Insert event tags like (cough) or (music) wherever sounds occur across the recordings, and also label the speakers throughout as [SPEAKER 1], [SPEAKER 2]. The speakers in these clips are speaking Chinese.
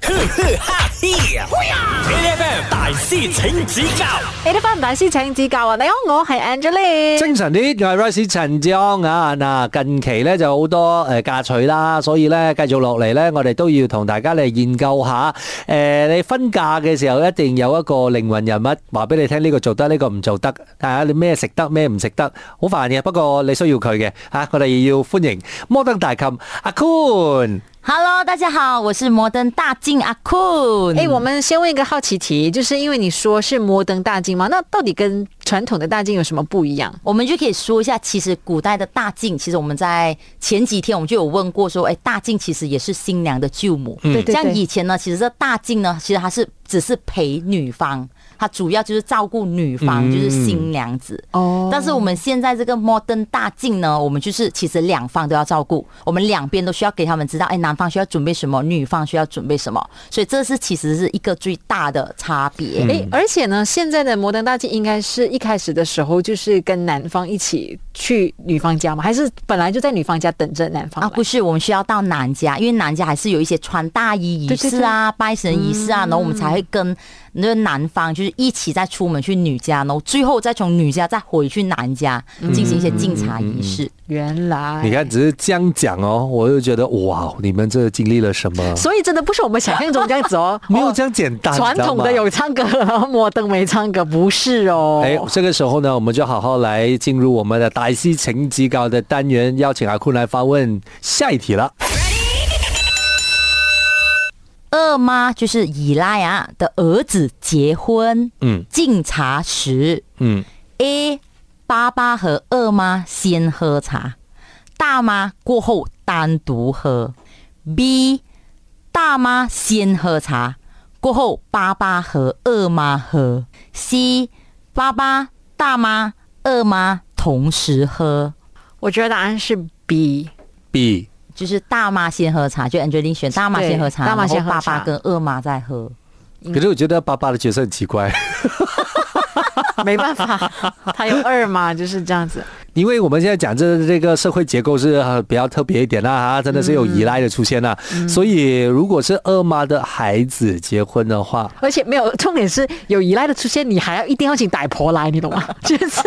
[SPEAKER 1] 哈嘿，A.F.M. 大師請指教
[SPEAKER 2] 你得翻唔大師請指教啊！你好，我係 Angeline。
[SPEAKER 3] 精神啲，又係 Rice 陳志安啊！嗱，近期咧就好多誒嫁娶啦，所以咧繼續落嚟咧，我哋都要同大家嚟研究下誒、你分嫁嘅時候一定有一個靈魂人物話俾你聽，呢、個做得，呢、個唔做得，係啊，你咩食得，咩唔食得，好煩嘅。不過你需要佢嘅嚇，我哋要歡迎摩登大琴阿 Kun。
[SPEAKER 4] Hello，大家好，我是摩登大靖阿酷。
[SPEAKER 2] 哎、我们先问一个好奇题，就是因为你说是摩登大镜嘛，那到底跟传统的大镜有什么不一样？
[SPEAKER 4] 我们就可以说一下，其实古代的大靖，其实我们在前几天我们就有问过说，哎，大靖其实也是新娘的舅母。
[SPEAKER 2] 对嗯对对
[SPEAKER 4] 像以前呢，其实这大靖呢，其实他是只是陪女方，他主要就是照顾女
[SPEAKER 3] 嗯
[SPEAKER 4] 方，就是新娘子。
[SPEAKER 2] 哦
[SPEAKER 4] 但是我们现在这个摩登大靖呢，我们就是其实两方都要照顾，我们两边都需要给他们知道，哎，男方需要准备什么，女方需要准备什么，所以这是其实是一个最大的差别。
[SPEAKER 3] 嗯
[SPEAKER 2] 哎、而且呢，现在的摩登大镜应该是一开始的时候就是跟男方一起去女方家嘛，还是本来就在女方家等着男方
[SPEAKER 4] 啊，
[SPEAKER 2] 来？
[SPEAKER 4] 不是，我们需要到男家，因为男家还是有一些穿大衣仪式啊、拜神仪式啊，然后我们才会跟那个男方就是一起再出门去女家，然后最后再从女家再回去男家进行一些敬茶仪式。
[SPEAKER 2] 原来
[SPEAKER 3] 你看，只是这样讲哦，我就觉得哇，你们这经历了什么？，
[SPEAKER 2] 所以真的不是我们想象中这样子哦
[SPEAKER 3] (laughs) 没有这样简单，
[SPEAKER 2] 传
[SPEAKER 3] 你知道
[SPEAKER 2] 统
[SPEAKER 3] 吗
[SPEAKER 2] 的有唱歌，然后摩登没唱歌，不是哦。
[SPEAKER 3] 哎，这个时候呢，我们就好好来进入我们的大西情极高的单元，邀请阿坤来发问下一题了。
[SPEAKER 4] 二妈就是依赖啊的儿子结婚
[SPEAKER 3] 嗯
[SPEAKER 4] 敬茶时
[SPEAKER 3] 嗯，
[SPEAKER 4] ，A 爸爸和二妈先喝茶，大妈过后单独喝。B 大妈先喝茶，过后爸爸和二妈喝。C 爸爸、大妈、二妈同时喝，
[SPEAKER 2] 我觉得答案是 B。
[SPEAKER 3] b
[SPEAKER 4] 就是大妈先喝茶，就 Angeline 选大妈先喝茶，
[SPEAKER 2] 对大妈先喝茶
[SPEAKER 4] 然后爸爸跟二妈再喝。
[SPEAKER 3] 可是我觉得爸爸的角色很奇怪，
[SPEAKER 2] (laughs) 没办法，他有二嘛，就是这样子。
[SPEAKER 3] 因为我们现在讲这这个社会结构是呃比较特别一点啦、啊，真的是有依赖的出现啦、所以如果是二妈的孩子结婚的话，
[SPEAKER 2] 而且没有，重点是有依赖的出现，你还要一定要请歹婆来，你懂吗？ (laughs) 就是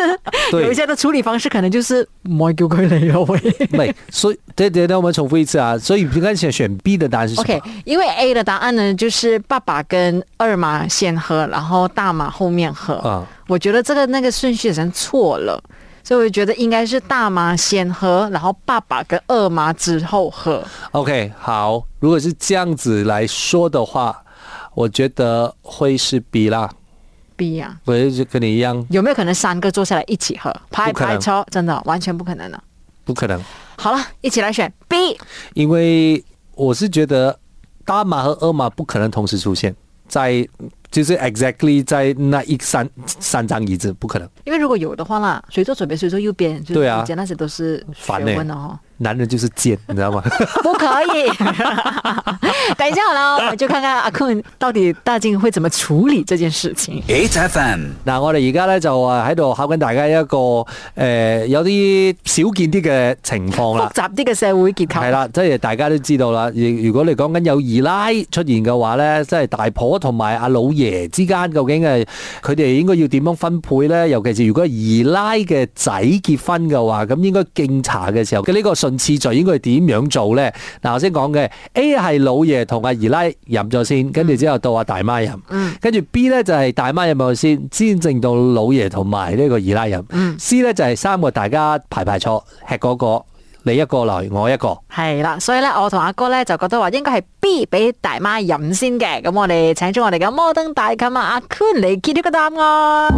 [SPEAKER 3] 对
[SPEAKER 2] 有一些的处理方式，可能就是唔好叫 (laughs) 佢嚟咯
[SPEAKER 3] (laughs)
[SPEAKER 2] 喂。
[SPEAKER 3] 没，所以嗯对对对，我们重复一次啊，所以你看选选 B 的答案是什么
[SPEAKER 2] OK，因为 A 的答案呢，就是爸爸跟二妈先喝，然后大妈后面喝。
[SPEAKER 3] 啊
[SPEAKER 2] 我觉得这个那个顺序好像错了，所以我觉得应该是大妈先喝，然后爸爸跟二妈之后喝。
[SPEAKER 3] OK，好，如果是这样子来说的话，我觉得会是 B 啦，
[SPEAKER 2] B 啊，
[SPEAKER 3] 我就跟你一样，
[SPEAKER 2] 有没有可能三个坐下来一起喝？拍
[SPEAKER 3] 不可能
[SPEAKER 2] 拍超，真的完全不可能的、啊
[SPEAKER 3] 不可能，
[SPEAKER 2] 好了，一起来选 B。
[SPEAKER 3] 因为我是觉得大马和二马不可能同时出现在，就是 exactly 在那一三三张椅子，不可能。
[SPEAKER 2] 因为如果有的话啦，谁坐左边，谁坐右边，就是
[SPEAKER 3] 对啊
[SPEAKER 2] 中间那些都是学
[SPEAKER 3] 烦欸
[SPEAKER 2] 问的哦。
[SPEAKER 3] 男人就是贱，你知道吗？ (laughs)
[SPEAKER 2] 不可以， (laughs) 等一下好了，我们就看看阿坤到底大靖会怎么处理这件事情。
[SPEAKER 1] ，8FM
[SPEAKER 3] 嗱，我哋而家咧就啊喺度考緊大家一個誒、呃有啲少見啲嘅情況
[SPEAKER 2] 复
[SPEAKER 3] 啦。
[SPEAKER 2] 杂啲嘅社会结构
[SPEAKER 3] 係，啦，即係大家都知道啦。如如果你講緊有二奶出現嘅話咧，即係大婆同埋阿老爺之間，究竟係佢哋應該要點樣分配咧？尤其是如果係二奶嘅仔結婚嘅話，咁應該敬茶嘅時候嘅呢個順次序應該係點樣做咧？嗱，頭先講嘅 A 係老爺同阿二奶飲咗先，跟住之後到阿大媽飲，跟住 B 咧就係大媽飲咗先，先正到老爺同埋呢個二奶飲。C 咧就係三個大家排排坐，吃嗰、個。你一個來，我一個。
[SPEAKER 2] 系啦，所以咧，我同阿哥咧就觉得话应该系 B 俾大妈饮先嘅。咁我哋请出我哋嘅摩登大琴啊，阿坤嚟揭呢个答案。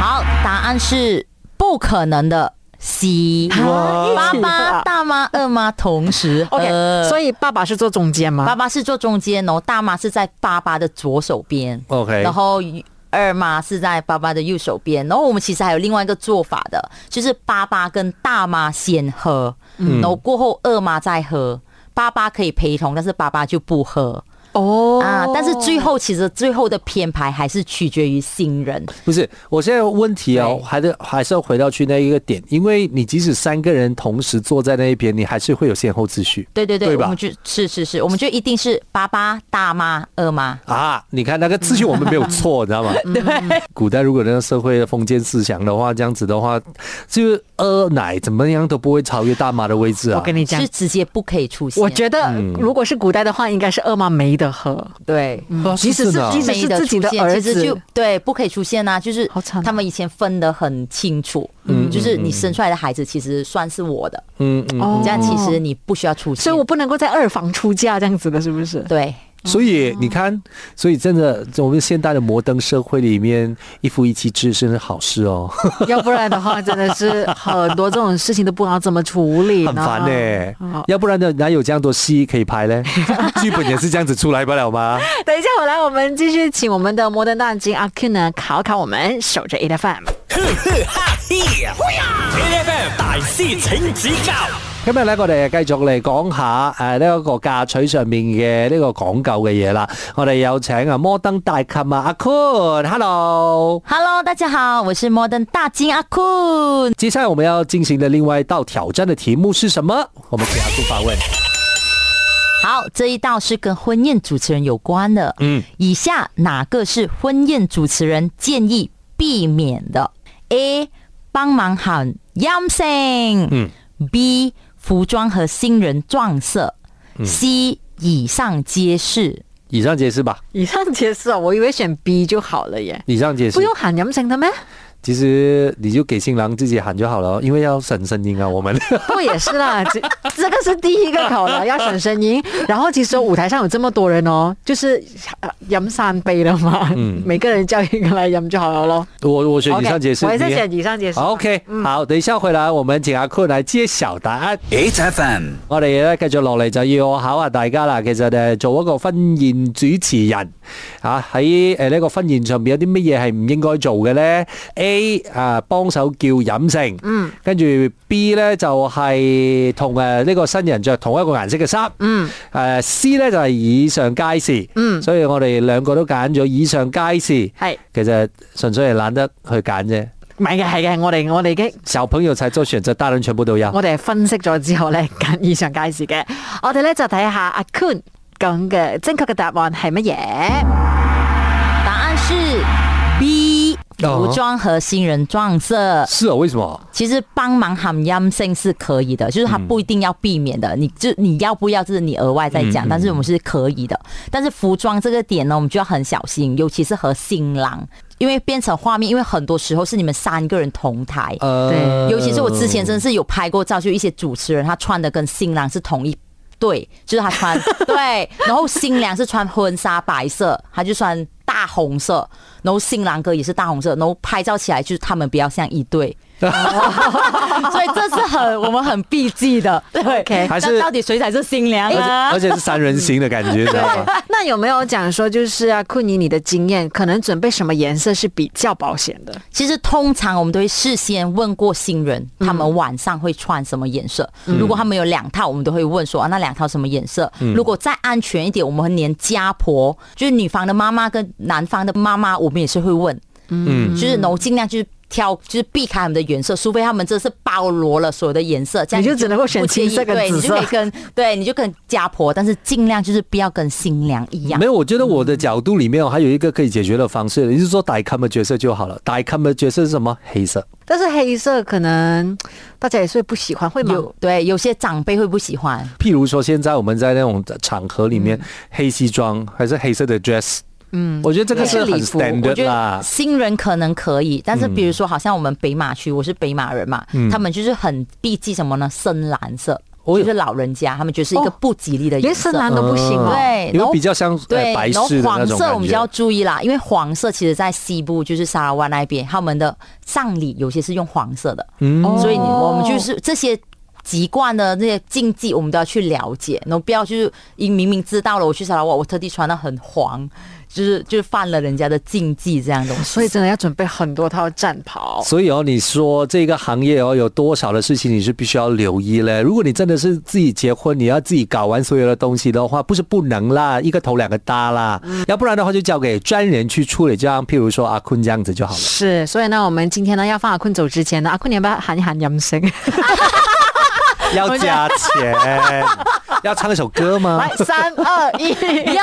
[SPEAKER 4] 好，答案是不可能的。C，
[SPEAKER 2] 哇
[SPEAKER 4] 爸爸、大妈、二妈同时喝
[SPEAKER 2] OK，、所以爸呃爸是坐中间吗？
[SPEAKER 4] 爸爸是坐中间，然后大妈是在爸爸的左手边
[SPEAKER 3] OK
[SPEAKER 4] 然后二妈是在爸爸的右手边。然后我们其实还有另外一个做法的，就是爸爸跟大妈先
[SPEAKER 2] 嗯
[SPEAKER 4] 喝，然后过后二妈再喝。爸爸可以陪同，但是爸爸就不喝。
[SPEAKER 2] 哦
[SPEAKER 4] 啊，但是最后其实最后的编排还是取决于新人。
[SPEAKER 3] 不是，我现在问题啊、
[SPEAKER 4] 对
[SPEAKER 3] 还得还是要回到去那一个点，因为你即使三个人同时坐在那一边，你还是会有先后秩序。
[SPEAKER 4] 对对对，
[SPEAKER 3] 对吧
[SPEAKER 4] 我们就是是是，我们就一定是爸爸、大妈、二妈。
[SPEAKER 3] 啊，你看那个秩序我们没有
[SPEAKER 4] (laughs)
[SPEAKER 3] 错，你知道吗？
[SPEAKER 4] 嗯
[SPEAKER 3] 对，古代如果那个社会的封建思想的话，这样子的话，就是二奶怎么样都不会超越大妈的位置
[SPEAKER 2] 我
[SPEAKER 3] 啊。
[SPEAKER 2] 跟你讲
[SPEAKER 4] 是。直接不可以出现。
[SPEAKER 2] 我觉得，
[SPEAKER 3] 嗯
[SPEAKER 2] 如果是古代的话，应该是二妈没得喝。嗯
[SPEAKER 4] 对，
[SPEAKER 3] 啊
[SPEAKER 2] 即使
[SPEAKER 3] 真的啊
[SPEAKER 2] 是即使
[SPEAKER 4] 没
[SPEAKER 2] 是
[SPEAKER 4] 得
[SPEAKER 2] 自己的
[SPEAKER 4] 出现
[SPEAKER 2] 儿
[SPEAKER 4] 其实
[SPEAKER 2] 子
[SPEAKER 4] 就，对不可以出现啊，就是
[SPEAKER 2] 好惨啊
[SPEAKER 4] 他们以前分得很清楚，嗯，就是你生出来的孩子其实算是我的，
[SPEAKER 3] 嗯嗯，
[SPEAKER 2] 哦
[SPEAKER 4] 这样其实你不需要出现，
[SPEAKER 2] 所以我不能够在二房出嫁这样子的，是不是？
[SPEAKER 4] 对
[SPEAKER 3] 所以你
[SPEAKER 4] 哦
[SPEAKER 3] 看，所以真的，我们现代的摩登社会里面，一夫一妻制真是好事哦，
[SPEAKER 2] (laughs) 要不然的话，真的是很多这种事情都不知道怎么处理呢。
[SPEAKER 3] 很烦呢、欸
[SPEAKER 2] 好
[SPEAKER 3] 要不然呢，哪有这样多戏可以拍 (laughs) 嘞？剧本也是这样子出来不了吗？
[SPEAKER 2] 等一下，我来，我们继续请我们的摩登大金阿 Q 呢考考我们，守着 A F M。
[SPEAKER 1] A F M 大师请指教
[SPEAKER 3] 今日咧，我哋繼續嚟講下诶呢一個嫁娶上面嘅呢個講究嘅嘢啦。我哋有請啊摩登大琴啊阿 Kun，Hello。
[SPEAKER 4] ，Hello，大家好，我是摩登大金阿酷，
[SPEAKER 3] 接下來我們要進行的另外一道挑戰的題目是什麼？我們請阿 Kun 發問。
[SPEAKER 4] 好，这一道是跟婚宴主持人有关的，嗯，以下哪个是婚宴主持人建议避免的？A 帮忙喊 yam sing，
[SPEAKER 3] 嗯
[SPEAKER 4] ，B 服装和新人撞色、c
[SPEAKER 3] 嗯
[SPEAKER 4] 以上皆是。
[SPEAKER 3] 以上解釋吧，
[SPEAKER 2] 以上解释啊，我以为选 B 就好了耶，
[SPEAKER 3] 以上解釋
[SPEAKER 2] 不。用喊饮性的咩？
[SPEAKER 3] 其實你就給新郎自己喊就好了，因為要省聲音啊。我們
[SPEAKER 2] 不过也是啦， (laughs) 这这个是第一个考了，要选声音。然后其实舞台上有这么多人哦，就是呃饮三杯了嘛，每个人叫一个来饮就好了咯。
[SPEAKER 3] (laughs) 我我選
[SPEAKER 2] OK，
[SPEAKER 3] 嗯以上解釋，
[SPEAKER 2] 我还在
[SPEAKER 3] 你
[SPEAKER 2] 选以上解释。
[SPEAKER 3] 好 OK，、好，等一下回來我們請阿 Kun 來揭曉答案。
[SPEAKER 1] ，H F M
[SPEAKER 3] 我哋咧繼續落嚟就要考下大家啦。其實誒做一個婚宴主持人啊，喺誒呢個婚宴上邊有啲乜嘢係唔應該做嘅咧？A 啊幫手叫飲勝，嗯，跟住 B 咧就係同誒呢個新人着同一個顏色嘅衫，嗯，誒 C 咧就係以上皆是，嗯，所以我哋兩個都揀咗以上皆是，
[SPEAKER 2] 系，
[SPEAKER 3] 其實純粹係懶得去揀啫。
[SPEAKER 2] 唔系嘅，系嘅，我哋我哋已经
[SPEAKER 3] 小朋友才做選擇，大人全部都有。
[SPEAKER 2] 我哋係分析咗之後咧，揀以上介示嘅，我哋咧就睇下阿 Kun 講嘅正確嘅答案係乜嘢？
[SPEAKER 4] 答案是 B
[SPEAKER 3] 哦
[SPEAKER 4] 服装和新人撞色。
[SPEAKER 3] 是啊，為什麼？
[SPEAKER 4] 其实帮忙喊 yam sing 是可以的，就是他不一定要避免的，你就你要不要，这是你额外再讲，但是我们是可以的。但是服装这个点呢，我们就要很小心，尤其是和新郎，因为变成画面，因为很多时候是你们三个人同台，
[SPEAKER 3] 呃
[SPEAKER 4] 尤其是我之前真是有拍过照，就一些主持人他穿的跟新郎是同一对， (laughs) 就是
[SPEAKER 3] (laughs)
[SPEAKER 4] 他穿对，然后新娘是穿婚纱白色，他就穿大红色，然后新郎哥也是大红色，然后拍照起来就是他们比较像一
[SPEAKER 3] (laughs)
[SPEAKER 4] 对。 (laughs) 所以这是很我们很避忌的，对
[SPEAKER 2] OK
[SPEAKER 3] 还是哎
[SPEAKER 4] 那到底谁才是新娘
[SPEAKER 3] 而且
[SPEAKER 4] 啊？
[SPEAKER 3] 而且是三人行的感觉，知道吗？
[SPEAKER 2] (laughs) 那有沒有講說，就是阿 Kun 以你的經驗，可能準備什麼顏色是比較保險的？
[SPEAKER 4] 其实通常我们都会事先问过新人，他们晚上会穿什么颜色。
[SPEAKER 2] 嗯
[SPEAKER 4] 如果他们有两套，我们都会问说啊，那两套什么颜色？如果再安全一点，我们连家婆，就是女方的妈妈跟男方的妈妈，我们也是会问，
[SPEAKER 3] 嗯，
[SPEAKER 4] 就是我尽量就是挑，就是避开他们的颜色，除非他们真的是包罗了所有的颜色，这样
[SPEAKER 2] 你就只能够
[SPEAKER 4] 不
[SPEAKER 2] 选
[SPEAKER 4] 介
[SPEAKER 2] 青色
[SPEAKER 4] 意
[SPEAKER 2] 跟
[SPEAKER 4] 对，
[SPEAKER 2] 紫
[SPEAKER 4] 你就可以
[SPEAKER 2] 色
[SPEAKER 4] 跟对，你就跟家婆，但是尽量就是不要跟新娘一样
[SPEAKER 3] 没。有，我觉得我的角度里面哦，还有一个可以解决的方式，也就是说打 c 的角色就好了。打 c 的角色是什么？黑色。
[SPEAKER 2] 但是黑色可能大家也是不喜歡，會嗎？
[SPEAKER 4] 有对有些长辈会不喜欢，
[SPEAKER 3] 譬如说，现在我们在那种场合里
[SPEAKER 4] 嗯
[SPEAKER 3] 面，黑西装还是黑色的 dress，嗯，我觉得这个
[SPEAKER 2] 对
[SPEAKER 3] 是
[SPEAKER 2] 是
[SPEAKER 3] 很
[SPEAKER 2] 礼服我
[SPEAKER 4] 我
[SPEAKER 3] standard
[SPEAKER 4] 觉得
[SPEAKER 3] 啦。
[SPEAKER 4] 新人可能可以，但是比如说，好像我们北马区，我是北马人嘛，他们就是很避忌什么呢？深蓝色，
[SPEAKER 3] 嗯哦
[SPEAKER 4] 就是老人家，他们觉得是一个
[SPEAKER 2] 哦
[SPEAKER 4] 不吉利的
[SPEAKER 2] 連
[SPEAKER 4] 颜色。
[SPEAKER 2] 深藍都不行哦。
[SPEAKER 4] 对
[SPEAKER 3] 嗯因
[SPEAKER 4] 然
[SPEAKER 3] 为
[SPEAKER 4] 后
[SPEAKER 3] 比较像呃
[SPEAKER 4] 对，
[SPEAKER 3] 白
[SPEAKER 4] 然后
[SPEAKER 3] 饰的那
[SPEAKER 4] 黄
[SPEAKER 3] 种
[SPEAKER 4] 色我
[SPEAKER 3] 感
[SPEAKER 4] 们就要
[SPEAKER 3] 觉。
[SPEAKER 4] 注意啦，因为黄色其实在西部就是沙拉湾那边，他们的葬礼有些是用黄色的，
[SPEAKER 3] 嗯
[SPEAKER 4] 所以你我们就是这些籍贯的那些禁忌，我们都要去了解，然后不要就是因明明知道了，我去沙拉瓦，我特地穿的很黄，就是就是犯了人家的禁忌这样东西。
[SPEAKER 2] 所以真的要准备很多套战袍。
[SPEAKER 3] 所以哦，你说这个行业哦，有多少的事情你是必须要留意嘞？如果你真的是自己结婚，你要自己搞完所有的东西的话，不是不能啦，一个头两个搭啦，要不然的话就交给专人去处理，这样譬如说阿坤这样子就好了。
[SPEAKER 2] 是，所以呢，我们今天呢要放阿坤走之前呢，阿坤你要不要喊一喊音声？
[SPEAKER 3] 要加钱，要唱一首歌吗
[SPEAKER 2] 来？， (laughs) 三二 (laughs) 一，
[SPEAKER 4] 哟，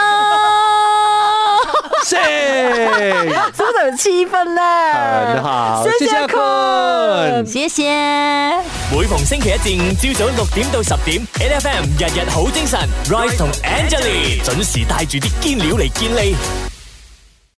[SPEAKER 3] 是，
[SPEAKER 2] 是不是很气氛嘞？
[SPEAKER 3] 很呃好，
[SPEAKER 2] 谢
[SPEAKER 3] 谢
[SPEAKER 2] 谢阿
[SPEAKER 3] 阿
[SPEAKER 2] 坤
[SPEAKER 3] 坤。
[SPEAKER 4] 谢谢。
[SPEAKER 1] 每逢星期一至五朝早六點到十點，N F M 日日好精神，Rise 同 Angelie 準時帶住啲堅料嚟健利。